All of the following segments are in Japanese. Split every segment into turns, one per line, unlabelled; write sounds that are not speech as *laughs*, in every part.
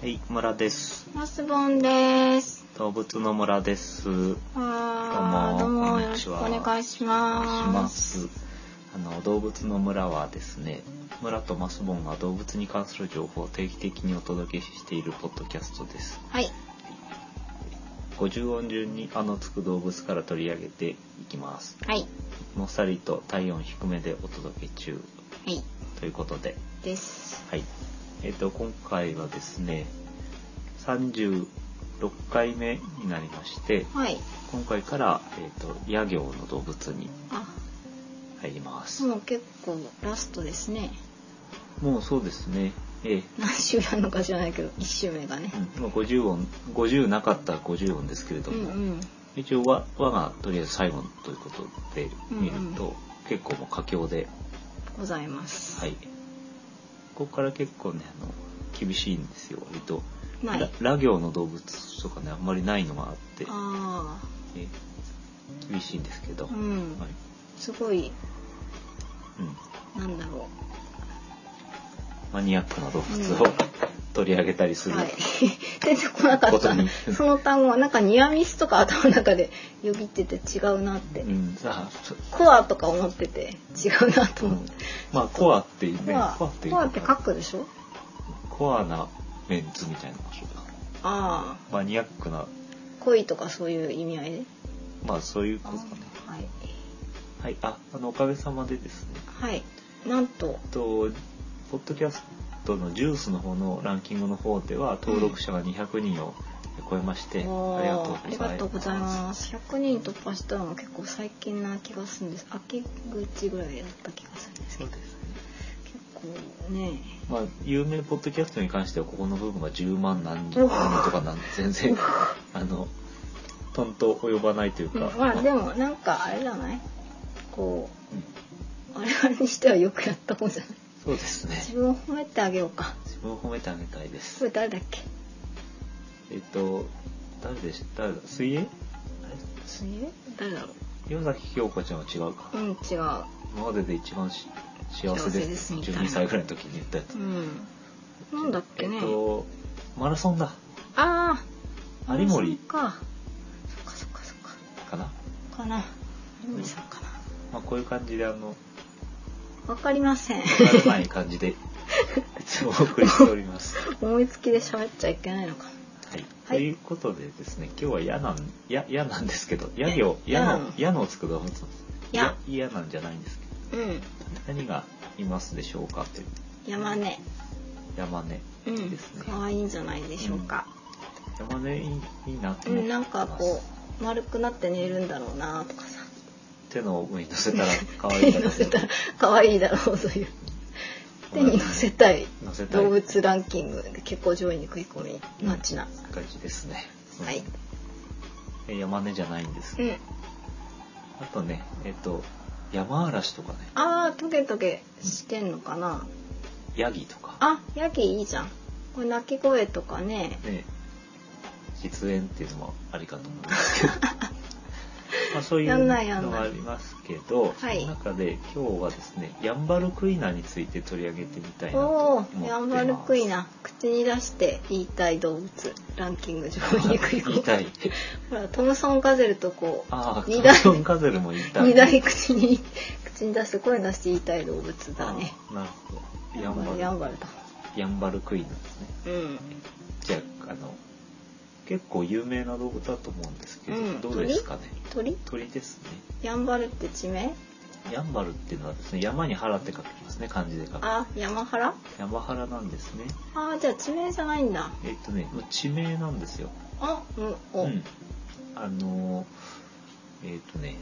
はい、村です。
マスボンです。
動物の村です。お
あ
ど
ーど
う
う
も
も
こ
よ
んに
ろ
ち
しく
は
お願いし
願いし
ま。
ますす。あの動物の村はですね、村とマスボンが動物に関する情報を定期的にお届けしているポッドキャストです。
はい、
50音順にあのつく動物から取り上げていきます。
はい、
もっさりと体温低めでお届け中
はい、
ということで、
です。
はい。えっ、と今回はですね、36回目になりまして。
はい、
今回から、えー、と野行の動物に
あ、
入ります、
もう結構ラストですね。
もうそうですねえ
何週なのか知らないけど、一週目がね
え。うんもう50音50なかったら50音ですけれど
うん
も、
うん、
一応和和がとりあえず最後ということで見ると、
うん
結構もう佳境で
ございます。
はいここから結構ねあの厳しいんですよ割と、
ない。
らラ行の動物とかねあんまりないのがあって
あ
ええ厳しいんですけど、
あ、うん
はい、
すごい、
うん、
なんだろ
マニアックな動物
う
を
ん
*laughs* 取り上げたりす
う。
る、
はい、 *laughs* 出てこなかっ
ことに
た。その単語はなんかニアミスとか頭の中でよぎってて違うなって。
うん、さあ、そ
コアとか思ってて違うなと
う
思っ
ん
て。
まあコアっていうね、
コア
コアっていうの
って
か
書
な
くでしょ
コアなメンツみたいな場所だ。
あ
マニアックな、
あ恋とかそういう意味合いで
まあそういうことかね。
はい、
はい、あ、あのおかげさまでですね、
はい、なんと
えっとポッドキャストのジュースの方のランキングの方では登録者が200人を超えまして、
おー
ありがとうございます。
ありがとうございます100人突破したのも結構最近な気がするんです秋口ぐらいだった気がするんですけ
そう
ど
ですね。
結構ね
まあ有名ポッドキャストに関してはここの部分が10万何人とかなんで全然あのトンと及ばないという
うん
か、
まあでもなんかあれじゃないこ
うん
う我々にしてはよくやった方じゃない
そうですね。
自分を褒めてあげようか
自分を褒めてあげたいです。
これ誰だっけ
えっと、誰でした誰だ水泳あれ
水泳誰だろ
岩崎京子ちゃんは違うか
う。うん違う
今までで一番し幸せ
幸せ
で。
ですす
12
みたいな
歳ぐらいの時に言ったや
う
つ。
んなんだっけね、
えっと、マラソンだ。
ああ、
有森
そっか。そっかそっかそっか。
かな。
かな。有森さんかな。
まあ、こういう感じで、あの、
わかりません。
わからない感
*laughs*
じで、いつもお送りしております。
思いつきで喋っちゃいけないのかな。
はい。
はい
ということでですね、今日は嫌なん、や、嫌なんですけど、や行、
や
やの、やのつく動物。
や
嫌なんじゃないんですけど、
うん。
何がいますでしょうかという。
山根。
山根。
うん
いいですね。
可愛いんじゃないでしょうか。
山根いいいいなと
う
思っ
ん、
て
な
ま
ん
す
かこう、丸くなって寝るんだろうなとかさ。
手の上に乗せたら可愛
手
い
に
だろ
乗
う
せたら *laughs* 可愛いだろうという。手に乗せたい
乗せたい
動物ランキングで結構上位に食い込みがちな。
感じですね、
はい。
うん山根じゃないんです、
うん。
あとねえっ、と山嵐とかね
ああ、トゲトゲしてんのかな。
ヤギとか
あ、ヤギいいじゃん。これ鳴き声とかね。
ね実演っていうのもありかと思うんです
*laughs*
けどまあそうい
や
うん
ないや
の
んない
がありますけど
はい
その中で今日はですねヤンバルクイナについて取り上げてみたいなと
お
思っ
お
てます
ー、ヤンバルクイナ、口に出して言いたい動物ランキング上に食い
言い
込む。
たい
ほら、トムソンガゼルとこう、
ああ
二
ク
大
ソンガゼルも言いたい
*laughs* 二大口に口に出して声出して言いたい動物だね。
あーなるほどヤ
ヤンバ
ン
ル、
バ
ヤ
ル
ンバルだ。
ヤンバルクイナですね
うん。
じゃああの結構有名な動物だと思うんですけど、
うん
どうですかね
鳥？
鳥ですね
ヤンバルって地名？
ヤンバルっていうのはですね山に原って書きますね漢字で書く
あ、山原？
山原なんですね
あー、じゃあ地名じゃないんだ。
えっとねもう地名なんですよ
あ、うん、お、
うん、あのえっ、とね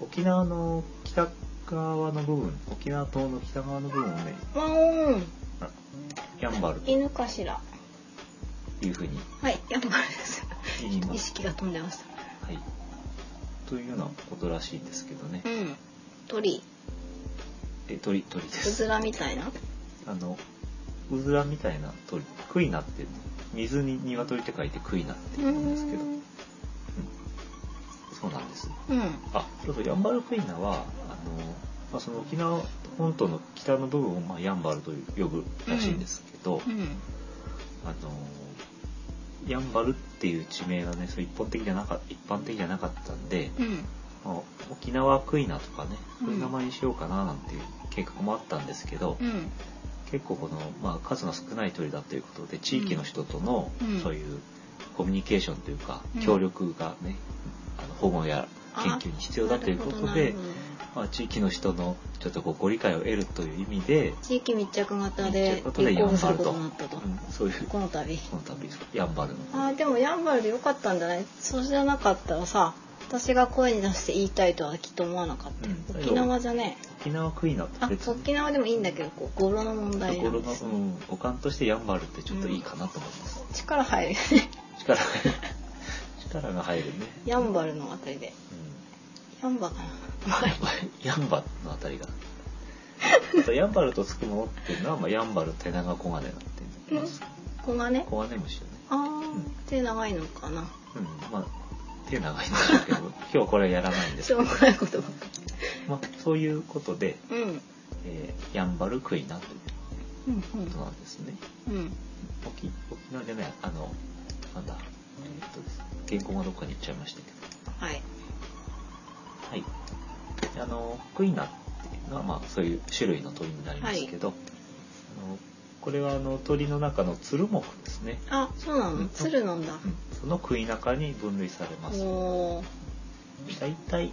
沖縄の北側の部分沖縄島の北側の部分をね
ワンオン。
ヤンバルと
犬かしら。
いうふうに
はい、ヤンバルです。
言いま
意
す、
識が飛んでました。
はい、というようなことらしいんですけどね
うん。鳥、
え鳥鳥で
う
す
ずらみたいな。
あのうずらみたいな鳥クイナっていうの水に鶏って書いてクイナって言うんですけど
うん
そうなんです
うん。
あそうそうヤンバルクイナはあの、まあ、その沖縄本島の北の部分を、まあ、ヤンバルと呼ぶらしいんですけど、
うん。
あのやんばるっていう地名がねそう一般的じゃなか一般的じゃなかったんで、
うん
まあ沖縄クイナとかね
うん
そういう名前にしようかななんていう計画もあったんですけど、
うん
結構この、まあ、数が少ない鳥だということで地域の人との、
うん
そういうコミュニケーションというか、
うん
協力がねあの保護や研究に必要だということ
なる
で
ほどなるほ、
まあ、地域の人のちょっとこうご理解を得るという意味で、
ど地域密着型で
密着型で
旅行すること
や
に
ん
なったと、
うんそういう
この度
この度やんばるの
あーでもヤンバルでよかったんじゃないそうじゃなかったらさ私が声に出して言いたいとはきっと思わなかったよ、
うん
沖縄じゃね
沖縄クイナ
あ
と別に
沖縄でもいいんだけどこう語呂の問
と
題
こ
なん
ろ
で
の、
す、
うん、五感としてやんばるってちょっといいかなと思います、
力入る *laughs* ね
力が力が入るね
ヤンバルのあたりでヤンバかな
うん、やっぱりヤンバのあたりがあとヤンバルとつくものっていうのは、まあ、ヤンバル手長小金なんて言うんです
ここがね
小金虫よね
あー手長いのか
う
な
んまあ手長いんだろうけ *laughs* ど今日はこれはやらないんです
し
け
ょう
ど
も、ないことばっか
まあ、そういうことで、
りうん
えー、ヤンバルクイナという
うん
ことなんですね
うんうん
沖沖縄じゃないあのなんだえーっとですね原稿がどっかに行っちゃいましたけど
はい
はい。あの、クイナっていうのは、まあ、そういう種類の鳥になりますけど、あのこれはあの鳥の中のツル目ですね。
あそうなの鶴なんだ
そのクイナ科に分類されます。
おー
大体、えっ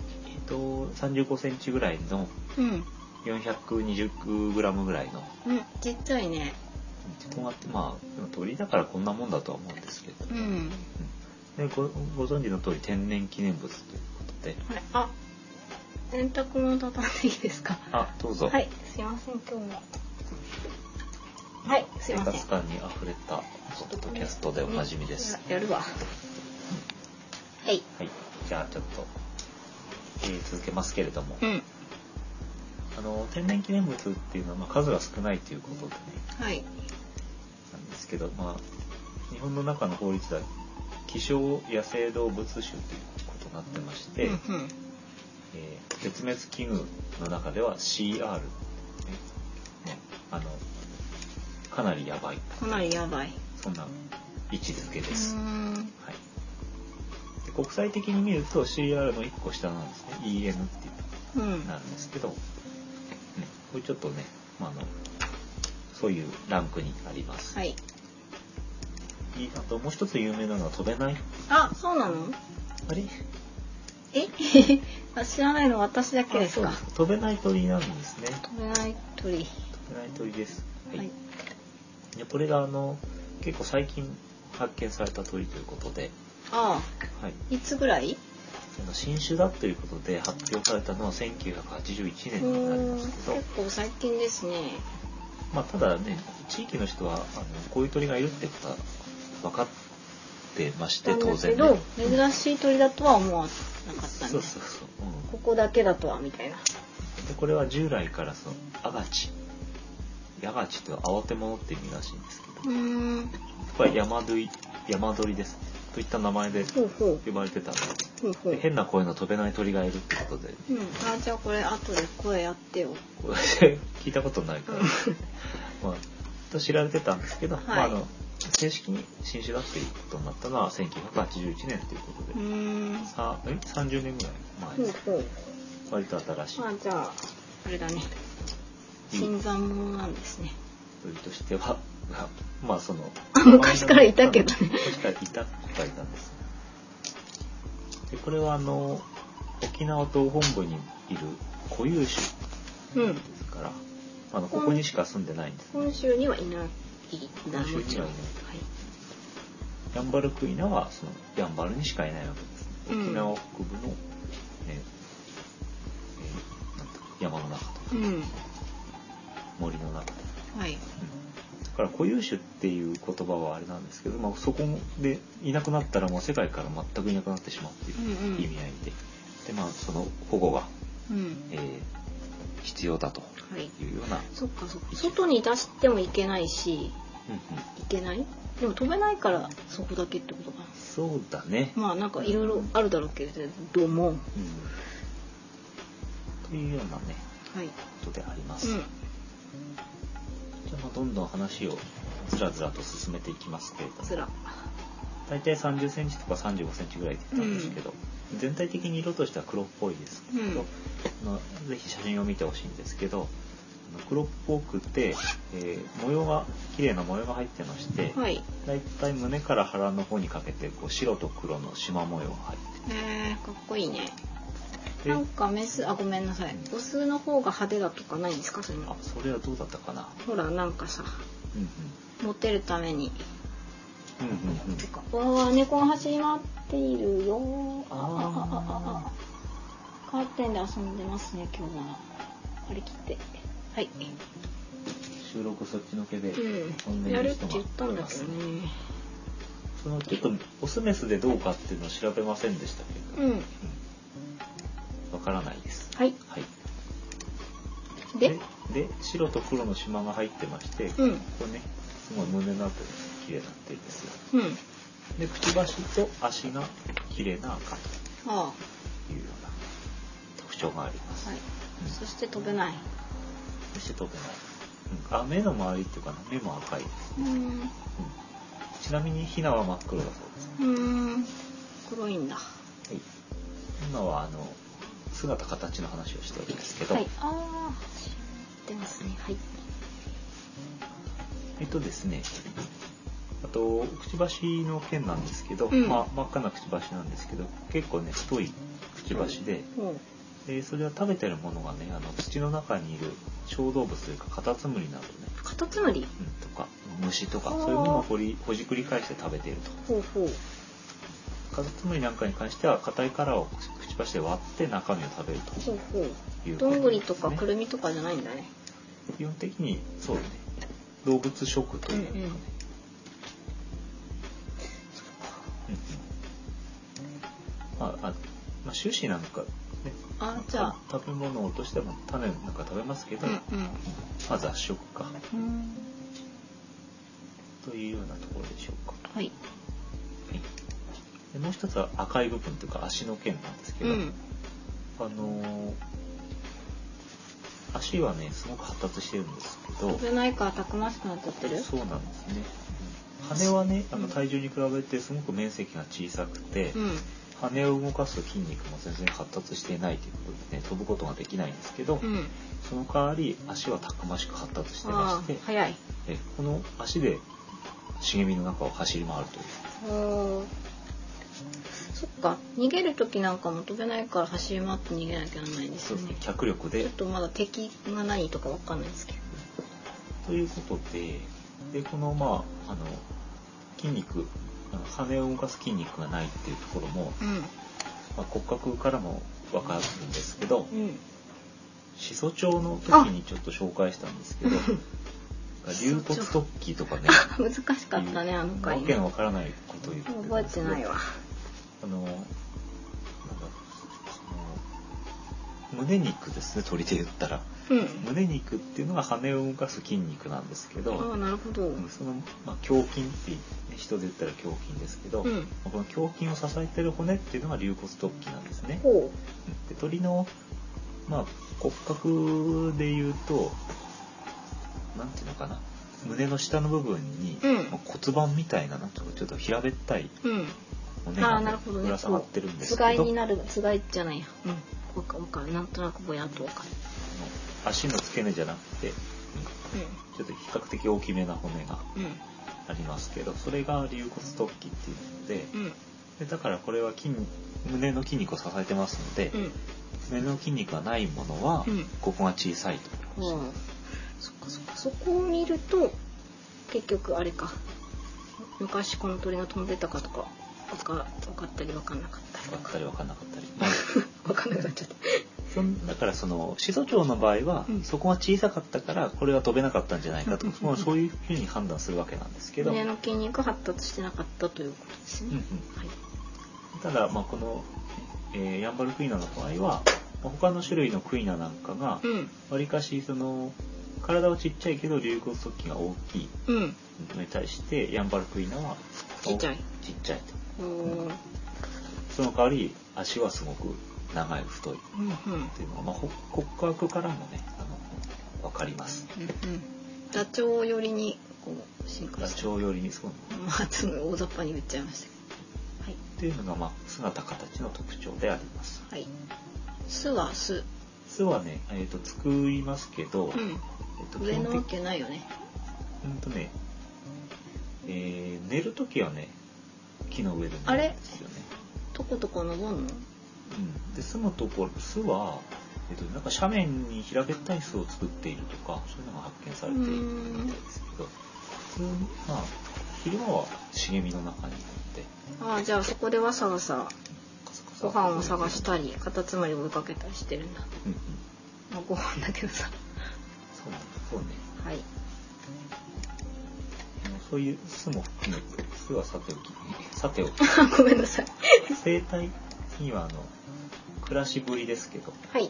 と、35センチぐらいの
うん
420グラムぐらいの、
うんちっちゃいね
こうやって、まあ、でも鳥だからこんなもんだとは思うんですけど、
うん
でごご存知の通り天然記念物ということで、
はいあ洗濯物畳んでいいですか
あ、どうぞ。
はいすいません今日もはいすい
生
ません
活感に溢れたポッドキャストでおなじみです。
うんやるわはい
はい、じゃあちょっと、えー続けますけれども、
うん
あの天然記念物っていうのは、まあ、数が少ないということでね
はい
なんですけど、まあ、日本の中の法律では希少野生動物種ということになってまして、
うんうん
えー絶滅危惧の中では CR、ねねあのかなりやばい
かなりやばい
そんな位置づけ
う
です。
ーん
はい、で国際的に見ると CR の1個下なんですね EN っていう。
うん
なんですけど、うん、これちょっとね、まあ、あのそういうランクにあります、
はい
いあともう一つ有名なのは飛べない
あそうなの
あれ
え *laughs* あ知らないの私だけです
あ
か
そう飛べない鳥なんですね
飛べない鳥
飛べない鳥です、はい
はい
でこれがあの結構最近発見された鳥ということで、
あ
はい、
あいつぐらい
あの新種だということで発表されたのは1981
う
年になり
ーん
ます
結
けど、
構最近ですね
まあ、ただね地域の人はあのこういう鳥がいるってことは分かってまして
なん
当
だけ
然ね
ど珍しい鳥だとは思わなかった
そ
ね
うそうそう、う、
ここだけだとはみたいなん
でこれは従来からそのアガチアガチっては慌て者って意味らしいんですけど
うーん
これは山鳥山鳥ですといった名前で
ほうほう
呼ばれてたんで
ほうほう
で変な声の飛べない鳥がいるってことで *laughs*
うん、あじゃあこれ後で声やってよ。
こう聞いたことない
*laughs*
から、まあ、と知られてたんですけど、
はい
まあ、あの正式に新種だっていうことになったのは1981年ということで、
うーん。
さえ30年ぐらい前
ほ
で
う
す
ほう。
割と新しい
まあじゃああれだね。新参者なんですね。
鳥としては、 *laughs* まあまあその
*laughs* 昔からいたけどね
昔からいたことはいたんですでこれはあの沖縄島本部にいる固有種で
うん。
すから、あのここにしか住んでないんです
本州にはいないんだ。
本州にはいない
もちろんはい。
ヤンバルクイナはそのヤンバルにしかいないわけです
うん
沖縄北部の、えーえーなんていうの山の中とか
うん。
森の中で
はい。
だから固有種っていう言葉はあれなんですけど、まあ、そこでいなくなったらもう世界から全くいなくなってしまうっていう
うんうん
意味合いで、でまあその保護が、
うん。
えー必要だと
はい。
いうような、
そっかそっか。外に出してもいけないし、い
うんうん、
けない。でも飛べないからそこだけってことかな。
そうだね、
まあなんかいろいろあるだろうけれども。は
うん、というようなね
い。
ことであります、
うん
じゃあまあどんどん話をずらずらと進めていきますけれど
つら
大体3 0ンチとか3 5ンチぐらいって言ったんですけど、全体的に色としては黒っぽいですけど、あのぜひ写真を見てほしいんですけどあの黒っぽくて、えー模様が綺麗な模様が入ってまして、
はい
大体胸から腹の方にかけてこう白と黒の縞模様が入っ
えー、かっこいいね
て
なん
て
かメスあごめんなさいオスの方が派手だとかないんですかそれ
あ
も
それはどうだったかな
ほらなんかさ
うんうん
モテるために
うんうんうん
てか「わあ猫が走り回っているよーあああああ
あ
あカーテンで遊んでますね今日は張り切ってはい
ー収録そっちのけで飛ん
う
で
ん
い
やる
る
って
人
言った
がい
んだ
ま
け
す
どね
そのちょっとオスメスでどうかっていうのを調べませんでしたけど
うん
わからないです。
はい
はい。
で
で白と黒の縞が入ってまして、
う
こ
ん
こねすごい胸のあたりが綺麗になってるんですよ。
うん
でくちばしと足が綺麗な赤
あ
というような特徴があります。
あはい
うん
そして飛べない
そして特にない。うん、あ目の周りっていうかな目も赤いです、
うん
うんちなみにヒナは真っ黒だそうです。
うん黒いんだ
はい。今はあの姿形の話をしておりますけど、
はいああ知ってますねはい
えっとですね。あと、くちばしの件なんですけど、
うん
まあ、真っ赤なくちばしなんですけど、結構ね、太いくちばしで、
ほ
でそれは食べてるものがね、あの土の中にいる小動物というか、カタツムリなどね、
うカタツムリ
うん、とか、虫とか、
あー
そういうものをほりほじくり返して食べていると。
ほうほう
カタツムリなんかに関しては、硬い殻をくちばしで割って中身を食べると
ほうほう
いうこと
ど
なんですね
んぐりとかくるみとかじゃないんだね
基本的に、そうね、動物食というかね、
うんうん
うんうんまあ、あまあ、種子なんか、ね、
あーじゃあ
た食べ物としても種なんか食べますけど、
うんうん
まあ雑食か
うん
というようなところでしょうか。
はい。
はい、でもう一つは赤い部分というか足の腱なんですけ
う
ど、
ん。
あのー足はねすごく発達してるんですけど、
危ないからたくましくなっちゃってる。
そうなんですね。羽はね、あ
う
の
ん
体重に比べてすごく面積が小さくて、
うん。
羽を動かす筋肉も全然発達していないということでね飛ぶことができないんですけど、
うん。
その代わり足はたくましく発達してま
あ
して
あ、早い。
えこの足で茂みの中を走り回るという
おーそっか。逃げる時なんかも飛べないから走り回って逃げなきゃならないんです
そう
よ
です
ね
ね。脚力
ちょ
で
っとまだ敵が何とかわかんないですけど。
ということででこのまああの筋肉あの羽を動かす筋肉がないっていうところも、まあ、骨格からも分かるんですけど
うん。うん。 *laughs*
始祖鳥の時にちょっと紹介したんですけど龍骨突起とかね
難しかったね、あの
わ
回
け
ね。
のわからないことを言ってるん
覚え
です
て
けど
ないわ。
あのなんだその胸肉ですね鳥で言ったら
うん。
胸肉っていうのが羽を動かす筋肉なんですけ
あ
ど
あ、なるほど。う
うん
ん。
その、まあ、胸筋って、ね、人で言ったら胸筋ですけど、まあこの胸筋を支えてる骨っていうのが龍骨突起なんですね。
ほ
うんで鳥の、まあ、骨格で言うとなんていうのかな胸の下の部分に、
うん。
まあ骨盤みたいななんかちょっと平べったいう
うん。
骨
あ
が
あ、
ね
なるほどね。
ぶら下がってるんです
つ
け
がい
ど
になる、つがいじゃないや。うん。わか、わかる。なんとなくぼやっとわかる。
あの足の付け根じゃなくてちょっと比較的大きめな骨が
うん。うん。
ありますけどそれが龍骨突起っていうので
うん、
でだからこれは筋胸の筋肉を支えてますので、
うん、
胸の筋肉がないものは、
うん
ここが小さいと
うん。そっかそっか、そこを見ると、結局あれか。昔この鳥が飛んでたかとか、わか、分かったり分かんなかったりと
分かっ
か
た。り分かんなかったり、まあ
分かんなくなっちゃった。
そ
*laughs*
んだからその始祖鳥の場合は、
うん
そこが小さかったからこれは飛べなかったんじゃないかと
うん
か、まあそういうふうに判断するわけなんですけど、
胸の筋肉が発達してなかったということです
うんう
ね。
ん
はい。
ただ、まあ、この、えーヤンバルクイナの場合は、まあ他の種類のクイナなんかが
うん、
わりかしその体はちっちゃいけど流骨突起が大きい
うん、
のに対してヤンバルクイナは
ちっちゃい
ちっちゃいと
おー
その代わり足はすごく長い太い
うん、うん、うん、
というのが、まあ、ほ骨格からもねあの分かります
うん。ダチョウ寄りにこう進化
ダ
し
チ
た
ョウよりにそう
まあつの大雑把に言っちゃいましたけど
っていうのが、まあ、姿形の特徴であります。
はいはい巣は巣
巣はね、えっ、と、作りますけど、
う
え
ん
っと、
上
基
なわ
本的
けないよね
うんとね、えー寝るときはね、木の上で
あ
寝
れ
るんですよね。
とことこ登ん
う
の
ん、で、巣のところ、巣は、えっと、なんか斜面に平べったい巣を作っているとか、そういうのが発見されているみたいですけど、普通、まあ、昼間は茂みの中にいて、
ああじゃあそこでわさわさ
カサカサ
ご飯を探したりカタツムリを追いかけたりしてるんだ、
うんうん。
まあ、ご飯だけどさ
そうなんだそうね。
はい
あのそういう巣も含めて、巣はさておき、さておき、
あ *laughs* ごめんなさい
生態的にはあの暮らしぶりですけど
はい
の、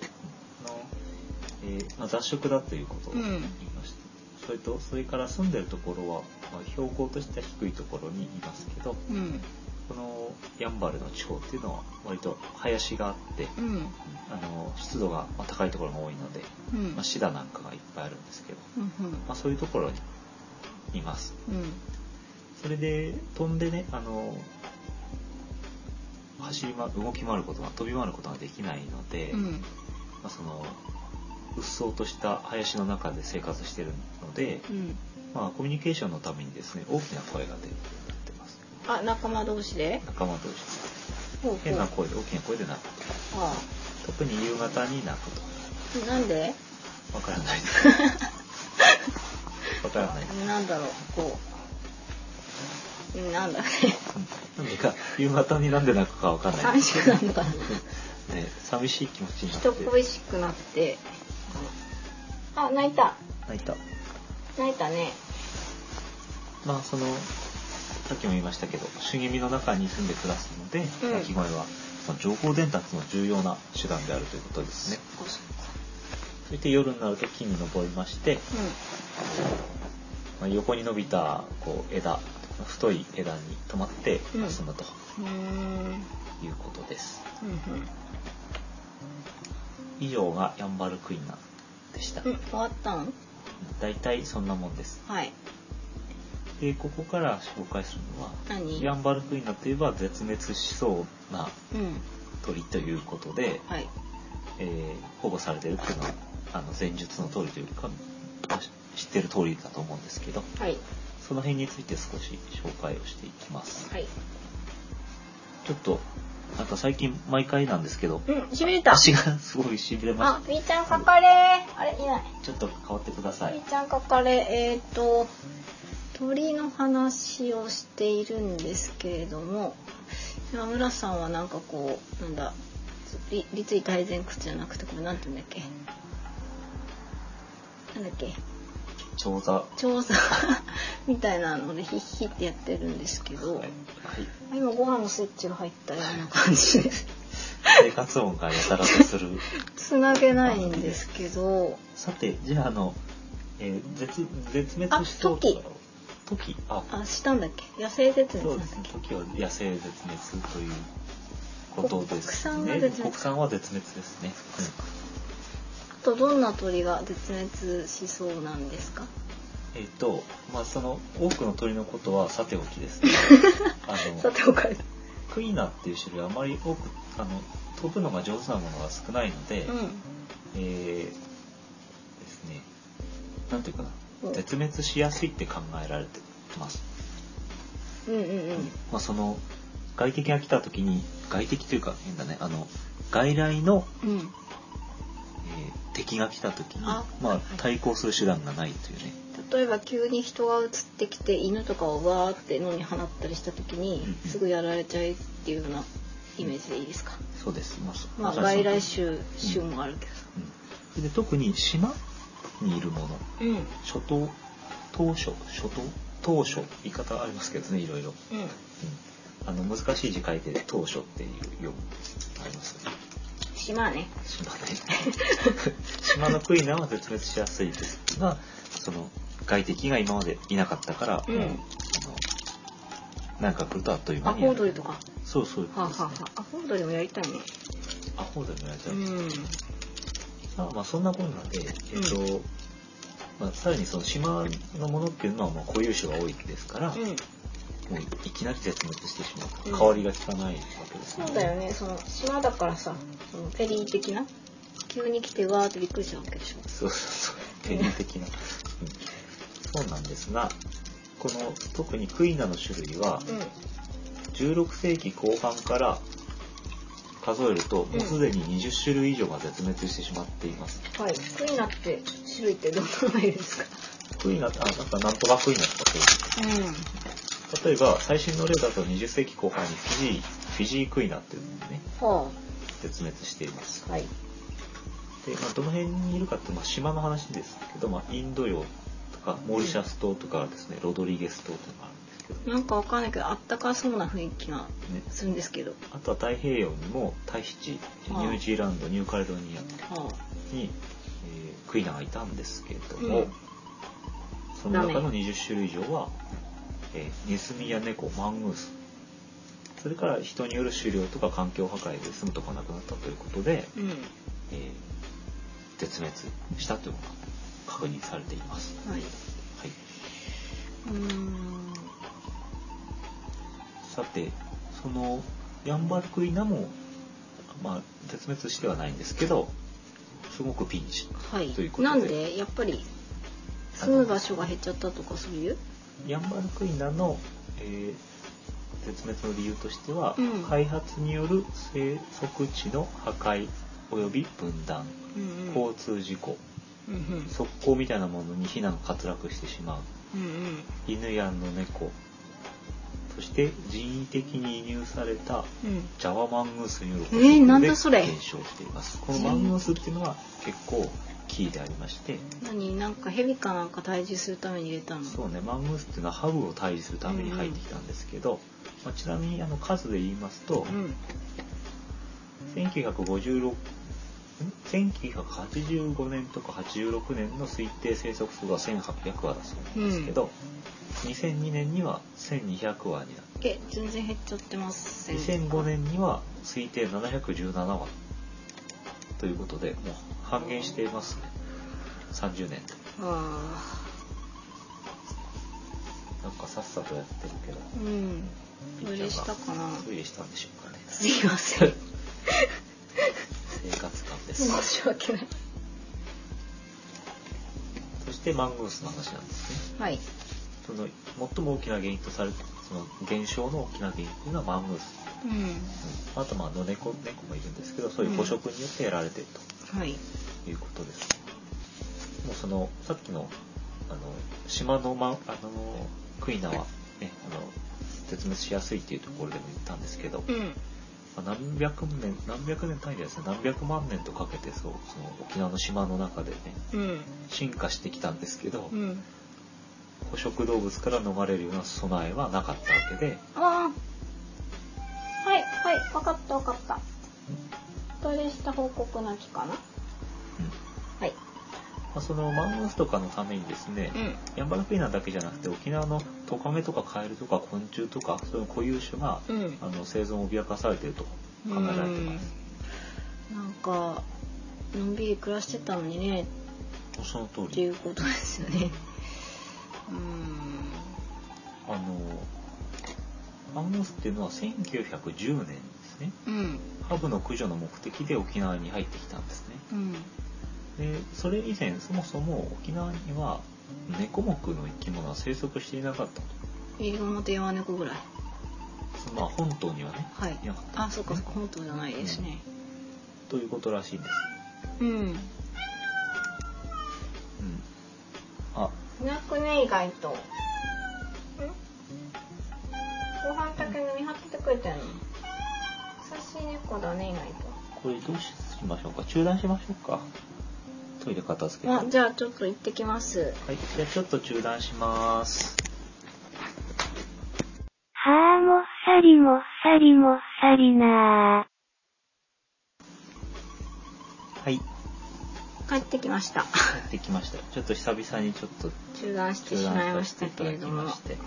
えーまあ、雑食だということを
う
言い
ん
ました、それとそれから住んでるところは、まあ標高としては低いところにいますけど
うん
このやんばるの地方っていうのは割と林があって
うん
あの湿度がまあ高いところが多いので、
うん
まあ、シダなんかがいっぱいあるんですけど、
うん
まあ、そういうところにいます
うんうん
それで飛んでねあの走り、ま、動き回ることが飛び回ることができないので、
うん
まあ、そのうっそうとした林の中で生活してるので、
うん
まあ、コミュニケーションのためにですね大きな声が出るようになってます
あ仲間同士で
仲間同士
ほうほう
変な声で大きな声で鳴く
あ
特に夕方に鳴く
あなん *laughs* で
とわからない
*laughs*
わからない
なんだろうこううんなんだ *laughs* ろうね
なんでか夕方になんで鳴くかわからない
寂しくなるのかな
うんね寂しい気持ちになって
人恋しくなってあ泣いた
泣いた
泣いたね
まあそのさっきも言いましたけど茂みの中に住んで暮らすので、
うん
鳴き声はその情報伝達の重要な手段であるということですね。それで夜になると木に登りまして、まあ、横に伸びたこう枝太い枝に止まって
うん
休むと
うんうーん
いうことです。
うんうん
以上がヤンバルクイナでした。
うん終わったん
だいたいそんなもんです。
はい
でここから紹介するのは
何
ヤンバルクイナといえば絶滅しそうな
うん
鳥ということで。
はい
えー保護されてるっていうのはあの前述の通りというか、まあし知ってる通りだと思うんですけど
はい
その辺について少し紹介をしていきます
はい
ちょっとなんか最近毎回なんですけど
うんしびれた
足がすごいしびれま
あ
し
みーちゃんかかれあれいない
たちょっと変わってくださ
み
い
ーちゃんかかれえっ、と鳥の話をしているんですけれども今村さんはなんかこうなんだり立位大前屈じゃなくてこれなんて言うんだっけなんだっけ
調査は
調査みたいなのでヒッヒッってやってるんですけ
い、
ど、
はい、
今ご飯のスイッチが入ったような感じです
生活音がやたらとする *laughs*
つなげないんですけど
さてじゃああの、えー絶絶滅しそうとかトキあ
あしたんだっけ野生絶滅
そう
なん
で
だっ
すね
け。
時は野生絶滅ということですね。
国産は絶滅
国産は絶滅ですね。
あとどんな鳥が絶滅しそうなんですか
うん、えっ、と、まあその多くの鳥のことはさておきです、ね。
*laughs*
あ
さ
の
ておかれ
クイナっていう種類はあまり多くあの飛ぶのが上手なものが少ないので、
う
えーですね。なんていうか
う
なん絶滅しやすいって考えられてます。
んうんうんうん
まあ、その外敵が来た時に外敵というか変だねあの外来の
うん
えー敵が来た時に
あ
ま
はい
あ、対抗する手段がないというね、
例えば急に人が移ってきて犬とかをわーって野に放ったりした時に
うんうん
すぐやられちゃうっていうようなイメージでいいですか、
そうです、まあそ
ま
ま
あ
さに
外来
そ
種種もあるけど
のうんそれで特に島にいるもの
うんうん
諸島島諸諸島島諸言い方ありますけどねいろいろ、うん、あの難しい字書いて島諸っていう読むありますよね
島ね
島ね
*laughs*
島のクイナは絶滅しやすいですがその外敵が今までいなかったから、
うん
もうあのなんか来るとあっという間
ア
に
ホウドリとかは
そうそういう
あ、
ことです
はあ
ね
はあ、アホウドリもやりたいね
アホだね、じゃ
うん
あ。まあ、そんなこんなで、えっ、と、まあ、さらにその島のものっていうのはもう固有種が多いですから、もういきなり絶滅してしまう
うん
変わりが効かないわけです
そうだよねその島だからさそのフェリー的な急に来てわーってびっくりしちゃうわけでしょ
そうそうそう典型的な、うん、そうなんですがこの特にクイナの種類は
うん
16世紀後半から数えるともうすでに20種類以上が絶滅してしまっています、
はいクイナって種類ってどんなのがいるんですか
クイナあなんかなんとかクイナとかそういう
う
例えば最新の例だと20世紀後半にフィジーフィジークイナっていうのがね
んは
絶滅しています
あはい
で、まあ、どの辺にいるかって、まあ、島の話ですけど、まあ、インド洋とかモーリシャス島とかですねロドリゲス島とかあるんですけど
なんかわかんないけどあったかそうな雰囲気が
ね
するんですけど
あとは太平洋にもタヒチニ
ああ
ュージーランドニューカレドニ
は
アに、えークイナがいたんですけれども、
うん
その中の20種類以上は、えーネズミや猫マングースそれから人による狩猟とか環境破壊で住むとこがなくなったということで、
うん
えー絶滅したということが確認されています。
はい
はい、
うーん
さてそのヤンバルクイナも、まあ、絶滅してはないんですけどすごくピンチ
はい
ということで
なんでやっぱり住む場所が減っちゃったとかそういう
ヤンバルクイナの、えー絶滅の理由としては、
うん
開発による生息地の破壊および分断
うんうん
交通事故
うんうん
側溝みたいなものに避難滑落してしまう
うん
犬やの猫そして人為的に移入された
うん
ジャワマングースによる
えーなんだそれ
減少していますこのマングースっていうのは結構キーでありまして
何なんか蛇かなんか退治するために入れたの
そうねマングースっていうのはハブを退治するために入ってきたんですけど、まあ、ちなみにあの数で言いますと、
うん
1956ん1985年とか86年の推定生息数が1800羽だそうなんですけど、2002年には1200羽になって
え全然減っちゃってません
2005年には推定717羽ということでもう半減していますね30年
あ
なんかさっさとやってるけど
あうん
ピッ
無
チャ
理
ー
し
が
たかな
トイレしたんでしょうかね
すいません
生活感です
申し訳ない
そしてマングースの話なんですね
はい
その最も大きな原因とされてその減少の大きな原因というのはマングース、
うん
あとまあ野猫猫もいるんですけどそういう捕食によってやられている
はい
ということです、もうそのさっきのあの島の,、ま、あのクイナは、ね、あの絶滅しやすいっていうところでも言ったんですけど、
うん
まあ何百年何百年単位でですね何百万年とかけてそうその沖縄の島の中でね
うん
進化してきたんですけど、
うん
捕食動物から逃れるような備えはなかったわけで。
ああはいはい分かった分かったトイレした報告なきかなはい
まあ、そのマンモスとかのためにですね、
うん
ヤンバルクイナだけじゃなくて沖縄のトカゲとかカエルとか昆虫とかそういう固有種が、
うん
あの生存を脅かされていると考えられています。
なんかのんびり暮らしてたのにね
その通
ってい
り
うことですよねう
あのマンモスっていうのは1910年ですね
ーんうん
ハブの駆除の目的で沖縄に入ってきたんですね
うん
でそれ以前そもそも沖縄には猫目の生き物は生息していなかったと
西表山猫ぐらい
まあ本島にはね
はい
いなかった
あそうかそうか本島じゃないですね
ということらしいんです
うん
うんあ
いなくね意外とんご飯だけ飲み張ってくれたよね優しい猫だね意外
これどうしましょうか中断しましょうかトイレ片付けて
あじゃあちょっと行ってきます
はいじゃあちょっと中断します
はあ、もっさりもっさりもっさりなあ。
はい
帰ってきました
できましたちょっと久々にちょっと
中断し
中
てし
断
まいま
さ
し
せて
た
いた
け
だ
れ
き
ど
ま
も
し
は
て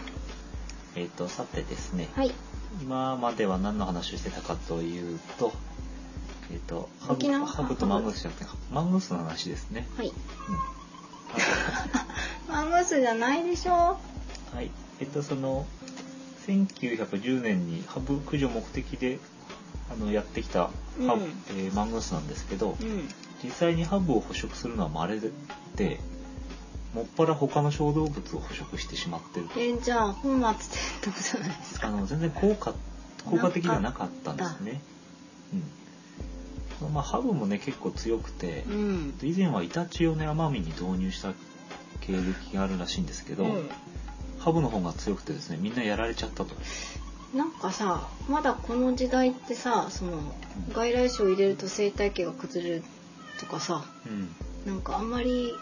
えっ、とさてですね、
い
今までは何の話をしてたかというとえっ、とハ
沖
ブ
縄
ハブとマングースじゃなくてマングースの話ですね
はい
うんあ
マンモスじゃないでしょ
はい。えっと、その、1910年にハブ駆除目的で、あの、やってきたハブ、
うん
えーマングースなんですけど
う、ん
実際にハブを捕食するのは稀で、もっぱら他の小動物を捕食してしまってると。
えじゃあ本末転倒じゃないですか
あの、全然効果、効果的ではなかったんですね。うん。まあ、ハブもね、結構強くて、
うん
以前はイタチをね奄美に導入した経歴があるらしいんですけど、
うん
ハブの方が強くてですねみんなやられちゃったと
なんかさまだこの時代ってさその外来種を入れると生態系が崩れるとかさ
うん
なんかあんまり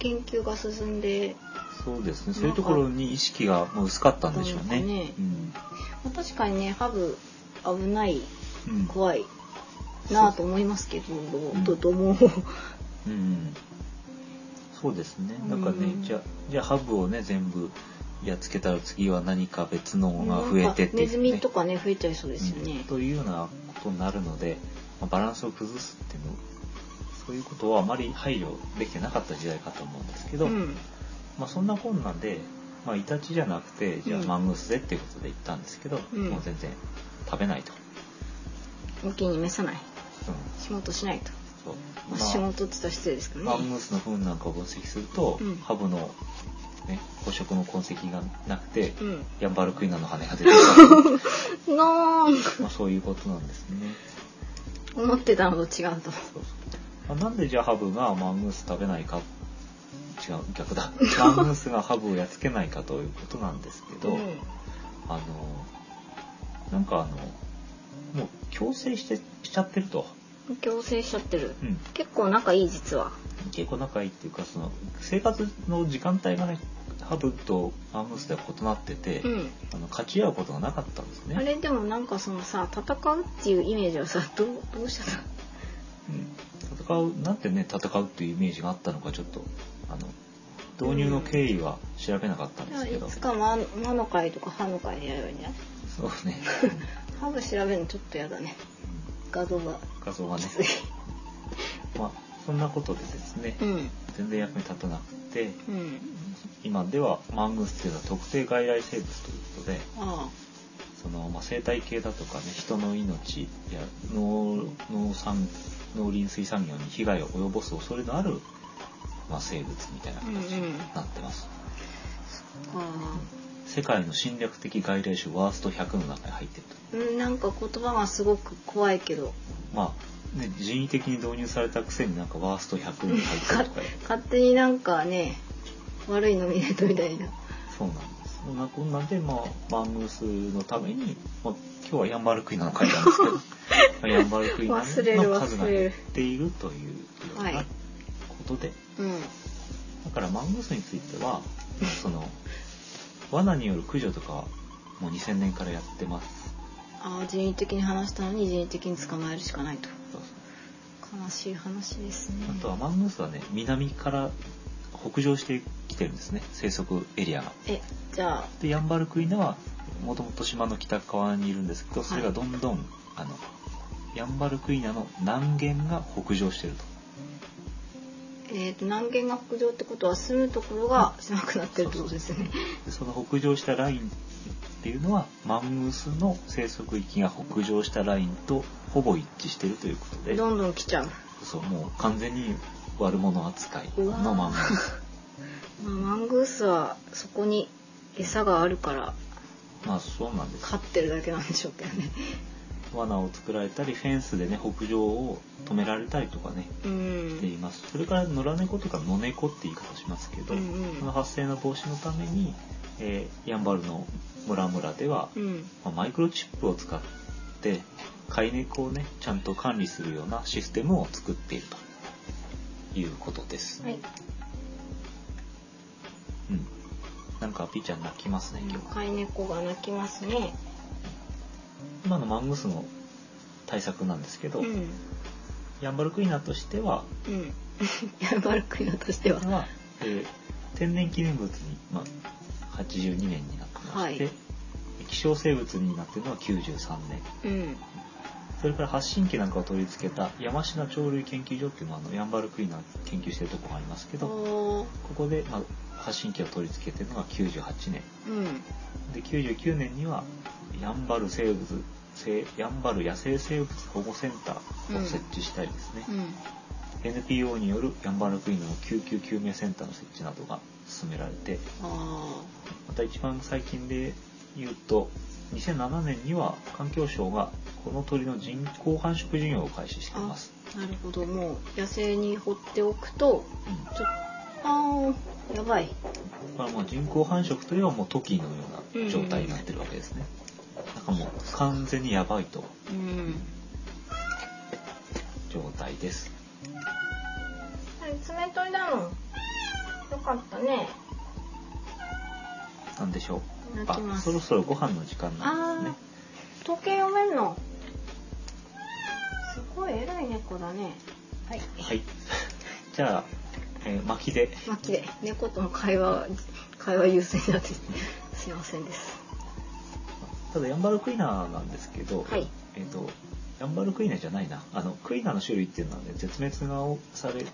研究が進んで
そうですねそういうところに意識がもう薄かったんでしょうね
なんかね
うん
まあ確かにねハブ危ない
うん
怖いなあと思いますけど、
ん
とども、
うんうんそうですねなんかね、
うん
じゃあじゃあハブをね全部やっつけたら次は何か別のが増えてっていう、ね、
ネズミとかね増えちゃいそうですよね
うん、というようなことになるので、まあバランスを崩すっていうのそういうことはあまり配慮できてなかった時代かと思うんですけど、
うん
まあ、そんなこんなんで、まあ、イタチじゃなくてじゃあ
うん
マングースでっていうことで行ったんですけど、
うん
もう全然食べないと、
大きいに召さない
うん
仕事しないと、
そう
まあ仕事って言ったら失礼ですけどね
マングースの糞なんかを分析すると、
うん
ハブの、ね、捕食の痕跡がなくて、
うん
ヤンバルクイナの羽が出てき
なん *laughs* か
たまあそういうことなんですね。
思ってたのと違う
そ
と
うそうまあなんでじゃあハブがマングース食べないか違う逆
*laughs*
だマングースがハブをやっつけないかということなんですけど、
うん
あのなんかあのもう強制してしちゃってると、
強制しちゃってる
うん、
結構仲いい実は
結構仲いいっていうかその生活の時間帯がねハブとマングースでは異なってて、
うん
あの勝ち合うことがなかったんですね。
あれでもなんかそのさ戦うっていうイメージはさどうどうしてた
うん戦うなんてね戦うっていうイメージがあったのかちょっとあの導入の経緯は調べなかったんですけ
い
ど、
つか魔魔の会とか歯の会でやればいいんじゃない
そうね
歯ブ調べるのちょっとやだね
うん
画像が
*laughs* 画像が *laughs* ね
きつい
まあそんなことでですね
うん
全然役に立たなくて
うん
今ではマングースっていうのは特定外来生物ということで
あ
その、まあ、生態系だとかね人の命や農農産農林水産業に被害を及ぼす恐れのある、まあ、生物みたいな
あ
形
うんうん
に
か
なってます。
あ
世界の侵略的外来種ワースト100の中に入ってると
うんなんか言葉がすごく怖いけど
まあ、ね、人為的に導入されたくせになんかワースト100に入ってるとか
勝手になんかね悪いノミネートみたいな
そうなんですそんなこんなんで、まあ、マングースのために、まあ、今日はヤンバルクイナの書いたんですけどまあヤンバルクイナの
忘れる
数が
忘れ
減っ
る
ているというよう
は
ないことで、
うん
だからマングースについてはその罠による駆除とかはもう2000年からやってます
ああ人為的に話したのに人為的に捕まえるしかないと
そうそう
悲しい話ですね
あとはマングースはね南から北上してきてるんですね生息エリアが。
えじゃあ
でヤンバルクイナはもともと島の北側にいるんですけど
はい
それがどんどん、あのヤンバルクイナの南限が北上してると。
えー、と南限が北上ってことは住むところが狭くなってるってことですよね。
でその北上したラインっていうのはマングースの生息域が北上したラインとほぼ一致してるということで
どんどん来ちゃう。
そうもう完全に悪者扱いのマングース。
まあ、マングースはそこに餌があるから
まあそうなんです
飼ってるだけなんでしょうけどね。
罠を作られたりフェンスでね北上を止められたりとかね
う
して
ん。
いますそれから野良猫とか野猫って言い方しますけど、
うんうん
その発生の防止のために、えーヤンバルの村々では、
うん。
まあマイクロチップを使って飼い猫をねちゃんと管理するようなシステムを作っているということです、
はい。
うん、なんかピーちゃん泣きますね今日
飼い猫が鳴きますね。
今のマングースの対策なんですけど、
うん。
ヤンバルクイナとしては
うん。 *laughs* ヤンバルクイナとしては
こ。れは、えー天然記念物に、まあ、82年になってまして、
はい
希少生物になってるのは93年
うん。
それから発信機なんかを取り付けた山科鳥類研究所っていうのはあのヤンバルクイナを研究してるとこがありますけどこ
おー
こで、まあ、発信機を取り付けてるのが98年
うん
で99年にはヤンバル生物生ヤンバル野生生物保護センターを設置したりですね、
うん
NPO によるヤンバルクイナの救急救命センターの設置などが進められて
あ
また一番最近で言うと2007年には環境省がこの鳥の人工繁殖事業を開始しています、
あなるほどもう野生に放っておくと
うん
ちょあーやばい
だからまあ人工繁殖というのはもうトキのような状態になってるわけですね、なんかもう完全にやばいと
うん
状態です
はい爪取りだもんよかったね
なんでしょう
いただ
あ
きます
そろそろご飯の時間なんですね
時計読めんのすごい偉い猫だねはい
はい。 *laughs* じゃあ、えー巻きで。
まあ綺麗猫との会話は会話優先だってすいませんです
ただヤンバルクイナなんですけど、
はい
えっ、とヤンバルクイナじゃないな。あのクイナの種類っていうのはね絶滅がされ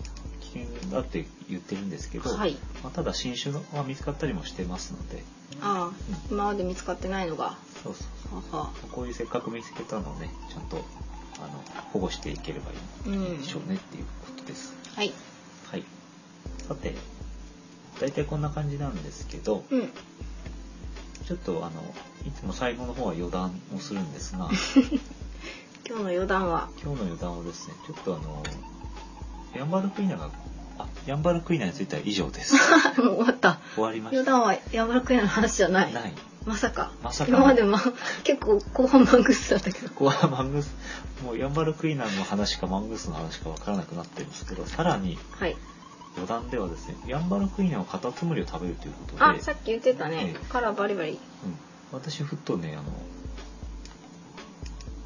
危険だって言ってるんですけど、
はい
まあ、ただ新種が見つかったりもしてますので、
ああ今まで見つかってないのがは
そうそう
は
そう。こういうせっかく見つけたのをねちゃんとあの保護していければいい。
うん
でしょうねっていうことです。
はい
はい。さて、大体こんな感じなんですけど、
うん
ちょっとあのいつも最後の方は余談をするんですが
今日の余談は *laughs*
今日の余談をですねちょっとあのヤンバルクイナがあヤンバルクイナについては以上です
*laughs* あもう終わった
終わりまし
余
た
談は山村くんの話じゃない
ない
まさか
まさか
今まで、ま、結構後半マングスだったけど
ここはマングスもうヤンバルクイナの話かマングスの話かわからなくなってるんですけどさらに
はい
余談ではですねヤンバルクイナをカタツムリを食べるということで
あさっき言ってたね
ええ
からバリバリ
うん、私ふっとねあの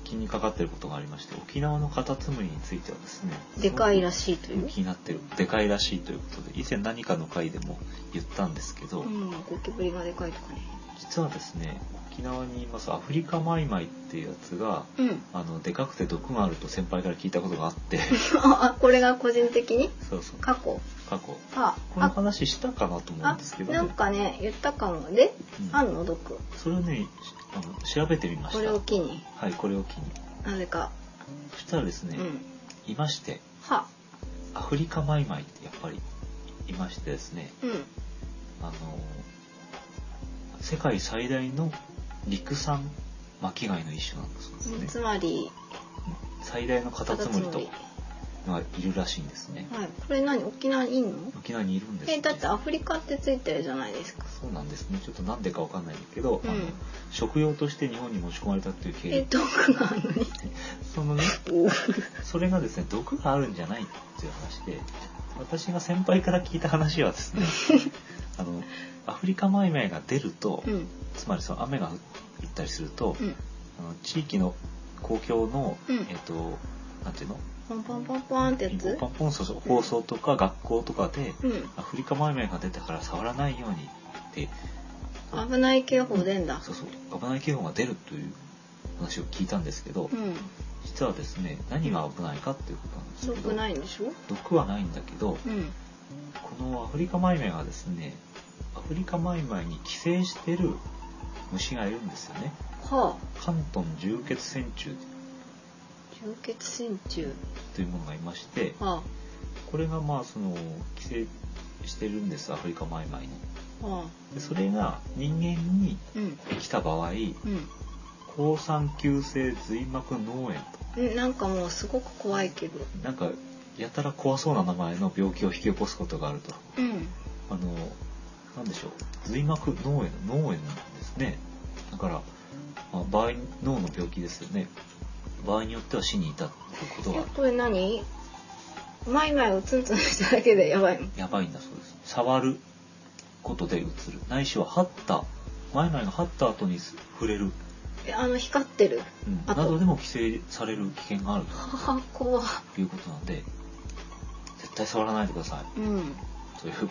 気にかかってることがありまして沖縄のカタツムリについてはですね
でかいら
しい
しいという
気になってるでかいらしいということで以前何かの回でも言ったんですけど、
うんゴキブリがでかいとかね
実はですね沖縄にいますアフリカマイマイっていうやつが
うん *laughs*
あのでかくて毒があると先輩から聞いたことがあって
ああこれが個人的に
*laughs* そうそう
過去
過去
あ
この
あ
話したかなと思うん
あ
ですけど、
なんかね言ったかもで、
うん
あんの毒
それをねしあの調べてみま
こ
し
れ
た
を機に
はいこれを機に
なぜか、
そしたらですね、
うん
いまして
は
アフリカマイマイってやっぱりいましてですね
うん
あの世界最大の陸産巻貝の一種なんだそうですね、
つまり
最大のカタツムリというのがいるらしいんですね
はいこれ何沖縄にいんの
沖縄にいるんです
え
よ
だってアフリカってついてるじゃないですか
そうなんですねちょっとなんでかわかんないんだけど、
うん
あの食用として日本に持ち込まれたっていう経
え
緯
毒があるのに
そのね
お
それがですね毒があるんじゃないっていう話で私が先輩から聞いた話は
*laughs*
ですねあのアフリカマイマイが出ると、
うん
つまりその雨が降ったりすると、
うん
あの地域の公共の、
うん
えっとなんていうの
ポンポンポンポンってやつ
ポンポンそうそう放送とか学校とかで、
うん
アフリカマイマイが出たから触らないようにって
危ない警報出んだ
そうそう危ない警報が出るという話を聞いたんですけど、
うん
実はですね何が危ないかっていうことなんですけ
良
ど
くないんでしょ
毒はないんだけど
うん
このアフリカマイマイがですねアフリカマイマイに寄生してる虫がいるんですよね
はあ
関東重血線虫
充血線虫
というものがいまして
は
これがまあその寄生してるんですアフリカマイマイに
あはあ
でそれが人間に
うん
来た場合
うん
好酸球性髄膜脳炎と
うんなんかもうすごく怖いけど
なんかやたら怖そうな名前の病気を引き起こすことがあると
うん
あのなんでしょう髄膜脳炎脳炎なんですねだから、まあ場合脳の病気ですよね場合によっては死に至ることがあ
え
る
これ何マイマイをツンツンしただけでやばいの
やばいんだそうです触ることでうつるないしは張ったマイマイが張った後に触れる、
えあの光ってる
うん、
あと
などでも規制される危険がある
はは *laughs* 怖
ということなんで絶対触らないでくださ
うん、うん
いという *laughs* こ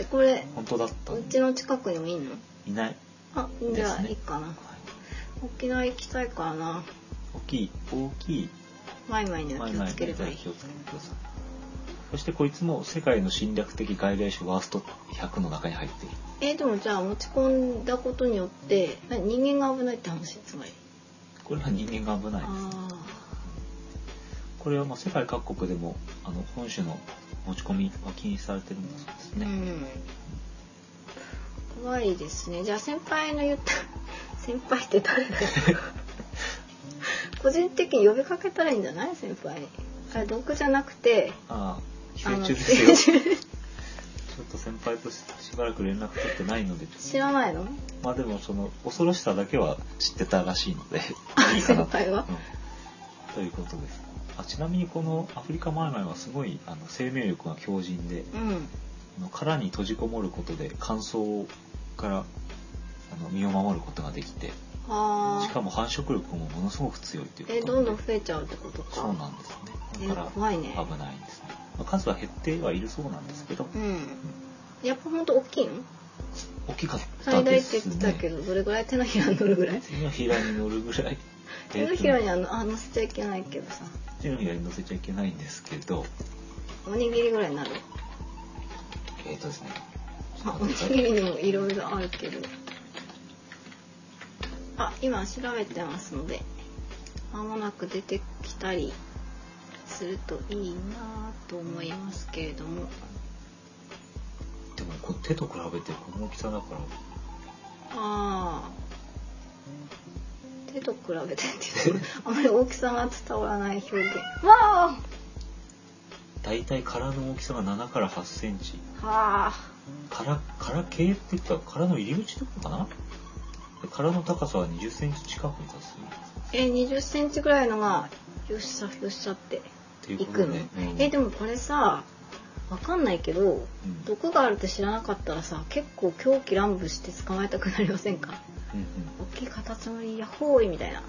と
これ
本当だった
う
の
ちの近くにもいんの
いない、はい、
あじゃあいいかな沖縄行きたいからな
沖きい大きい
マイマイには気をつければいい
気をつけてくださいそしてこいつも世界の侵略的外来種ワースト100の中に入っている
えでもじゃあ持ち込んだことによってな人間が危ないって話つまり
これは人間が危ないです
あ
これはまあ世界各国でもあの本種の持ち込みは禁止されてるんだそうです
あう
ね、
ん怖いですねじゃあ先輩の言った *laughs* 先輩って誰だよ *laughs* 個人的に呼びかけたらいいんじゃない先輩にあれ毒じゃなくて
*laughs* ああ寄
あ
生
の
虫ですよちょっと先輩とししばらく連絡取ってないので
知らないの
まあでもその恐ろしさだけは知ってたらしいの
*laughs*
でいいかな
先輩は
うんということですあちなみにこのアフリカマイマイはすごいあの生命力が強靭で
うん
あの殻に閉じこもることで乾燥からあの身を守ることができてし
あ
か
あ
も繁殖力もものすごく強いということ
えどんどん
で
増えちゃうってことか
そうなんですねだ
え
から
怖いね
危ないんですね、まあ数は減ってはいるそうなんですけど
うんやっぱほんと大きいの
大きかった
最大
で
って言
す
って
ね
たけどどれぐらい手のひらに乗るぐらい
手のひらに乗るぐらい
手のひらにあのあ乗せちゃいけないけどさ
えっと手のひらに乗せちゃいけないんですけど
おにぎりぐらいになる *laughs*
えっ、とですねちょ
あ
っと
おに
待ってくださ
ぎ
い
りにもいろいろあるけどあ今調べてますので間もなく出てきたりするといいなぁと思いますけれども
でもこう手と比べてこの大きさだから
ああ手と比べてっていうあまり大きさが伝わらない表現わ
大体殻の大きさが7から8センチ
あはあ
殻殻系っていうか殻の入り口ってことかなで殻の高さは20センチ近くに達する
え2 0センチぐらいのがよっしゃよっしゃって
っていう
い
こと
くの、
ねうん
えでもこれさわかんないけど
うん
毒があるって知らなかったらさ結構狂気乱舞して捕まえたくなりませんか
うんうん
大きいカタツムリヤッホーイみたいな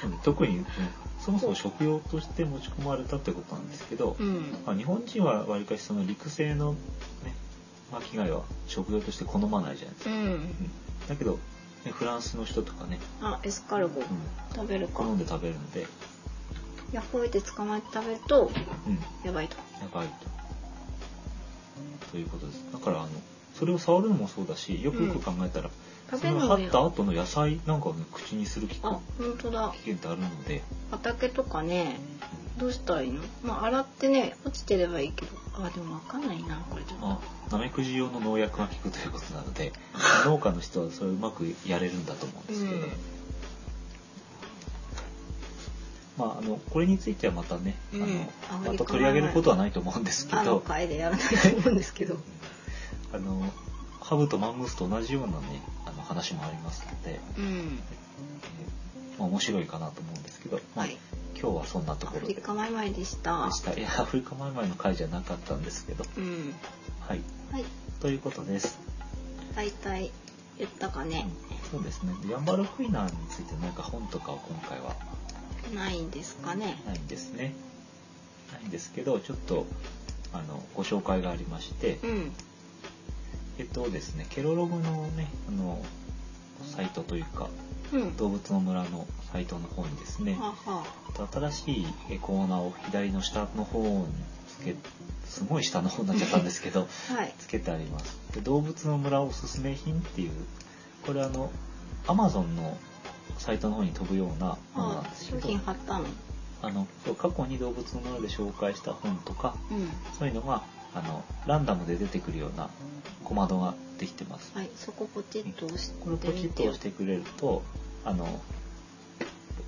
そうね特に、うんそもそも食用として持ち込まれたってことなんですけど、
うん
まあ、日本人はわりかしその陸性の、ね、巻き貝は食用として好まないじゃないです
う
か、
ん
うんだけど、ね、フランスの人とかね、
あエスカルゴ
うん、
食べるか
好んで食べるので、
ヤッホーイって捕まえて食べると
うん、
やばいと
長いとということですだからあのそれを触るのもそうだしよくよく考えたら、
食
そ
べる
の
のも
張った後の野菜なんかを、ね、口にする危
あ
険
本当だ
危険ってあるので、
畑とかねどうしたらいいのまあ洗ってね落ちてればいいけどあでもわかんないなこれじゃ
まあ、ナメクジ用の農薬が効くということなの *laughs* で農家の人はそれをうまくやれるんだと思うんですけど、
うん
まああのこれについてはまたね、
うん
あの
あ
また取り上げることはないと思うんですけ
あの
ど
回でやらないと思うんで
*laughs*
すけど
あのハブとマングースと同じようなねあの話もありますので。
うん
えーまあ、面白いかなと思うんですけど、まあ
はい
今日はそんなと
ア
こ
フ
ろ
リ
で
カ前々でした
でしたいやアフリカ前々の回じゃなかったんですけど
うん
はい
はい
ということです、
大体言ったかね
うんそうですねでヤンバルクイナーについて何か本とかは今回は
ないんですかね
ないんですねないんですけどちょっとあのご紹介がありまして
うん
えっとですねケロログのねあのサイトというか
うん
動物の村のサイトの方にですね、
はあは
新しいコーナーを左の下の方につけすごい下の方になっちゃったんですけど
あはい
つけてありますで動物の村おすすめ品っていうこれあのアマゾンのサイトの方に飛ぶようなもの
あ
なんです
商
けど
品貼ったの
あのそう過去に動物の村で紹介した本とか
うん
そういうのがあのランダムで出てくるような小窓ができてます
はいそこポチッと押し
これを
て
ポチ
み
ッと
てよ
押してくれるとあの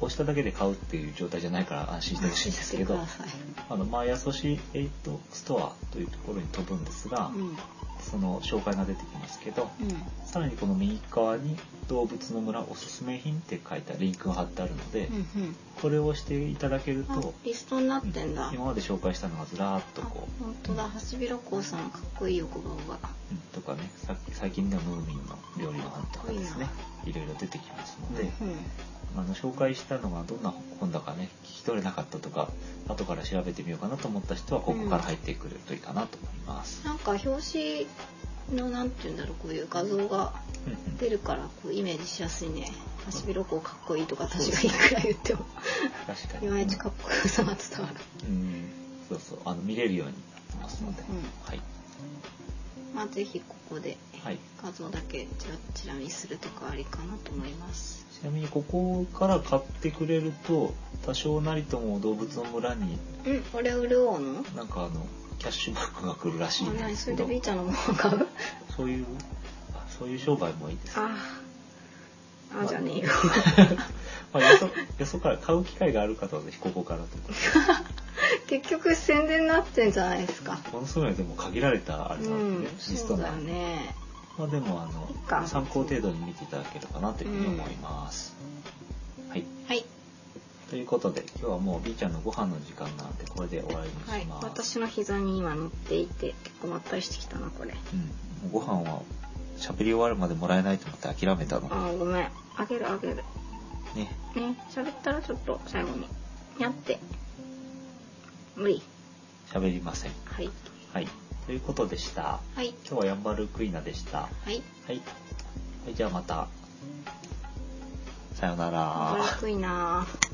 押しただけで買うっていう状態じゃないから安心してほしいんですけど
押してください
あのマイアソシエイトストアというところに飛ぶんですが、
うん
その紹介が出てきますけど
うん
さらにこの右側に「動物の村おすすめ品」って書いたリンクが貼ってあるので、
うんうん
これをしていただける
あ
と、
リストになってんだ
今まで紹介したのがずらーっと
あ
こう、
本当だハシビロコウさんかっこいい横顔が
うんとかねさ最近ではムーミンの料理の本とかですね
かっ
いろいろ出てきますので、
うん
あの紹介したのがどんな本だかね聞き取れなかったとか後から調べてみようかなと思った人はここから入ってくるといいかなと思います。
なんか表紙のなんて言うんだろうこういう画像が
うんうん
出るからこうイメージしやすいねハシビロコウかっこいいとか私がいくら言っても
確か
い
に。
まいちかっこよさが伝わる、
うん、そうそう、あの見れるようになってますので、
うん
はい、
まあ、ぜひここで
はい。
画像だけチラッチラ見するとかありかなと思います
ちなみにここから買ってくれると多少なりとも動物の村に
うんこれ潤うの
なんかあのキャッシュバックが来るらしい
あ
ん
何
です
そ
け
れで
ど、
ビーちゃんのもの買う
そういうあそういう商売もいいですね。
あーあじゃねえよ
*laughs*
*laughs*
まあよそよそから買う機会がある方はぜひここからということで
結局宣伝になってんじゃないですか
ものすごいでも限られたあれ
う
なん
ん
でね、リス
そ
ト
う
な
だ
ん
よ
で
ね
まあでもあ
いいか
の参考程度に見ていただければなというふうに思います。はい。
はい
ということで今日はもう B ちゃんのご飯の時間なんでこれで終わり
は
に
い
します。
私の膝に今乗っていて結構まったりしてきたなこれ
うん、ご飯は喋り終わるまでもらえないと思って諦めたの。
あーごめんあげるあげる
ね。
ね喋ったらちょっと最後にやって無理
喋りません。
はい
はい。ということでした。
はい
今日はヤンバルクイナでした。
はい
はい。はい、じゃあまた。さようなら
悪いなー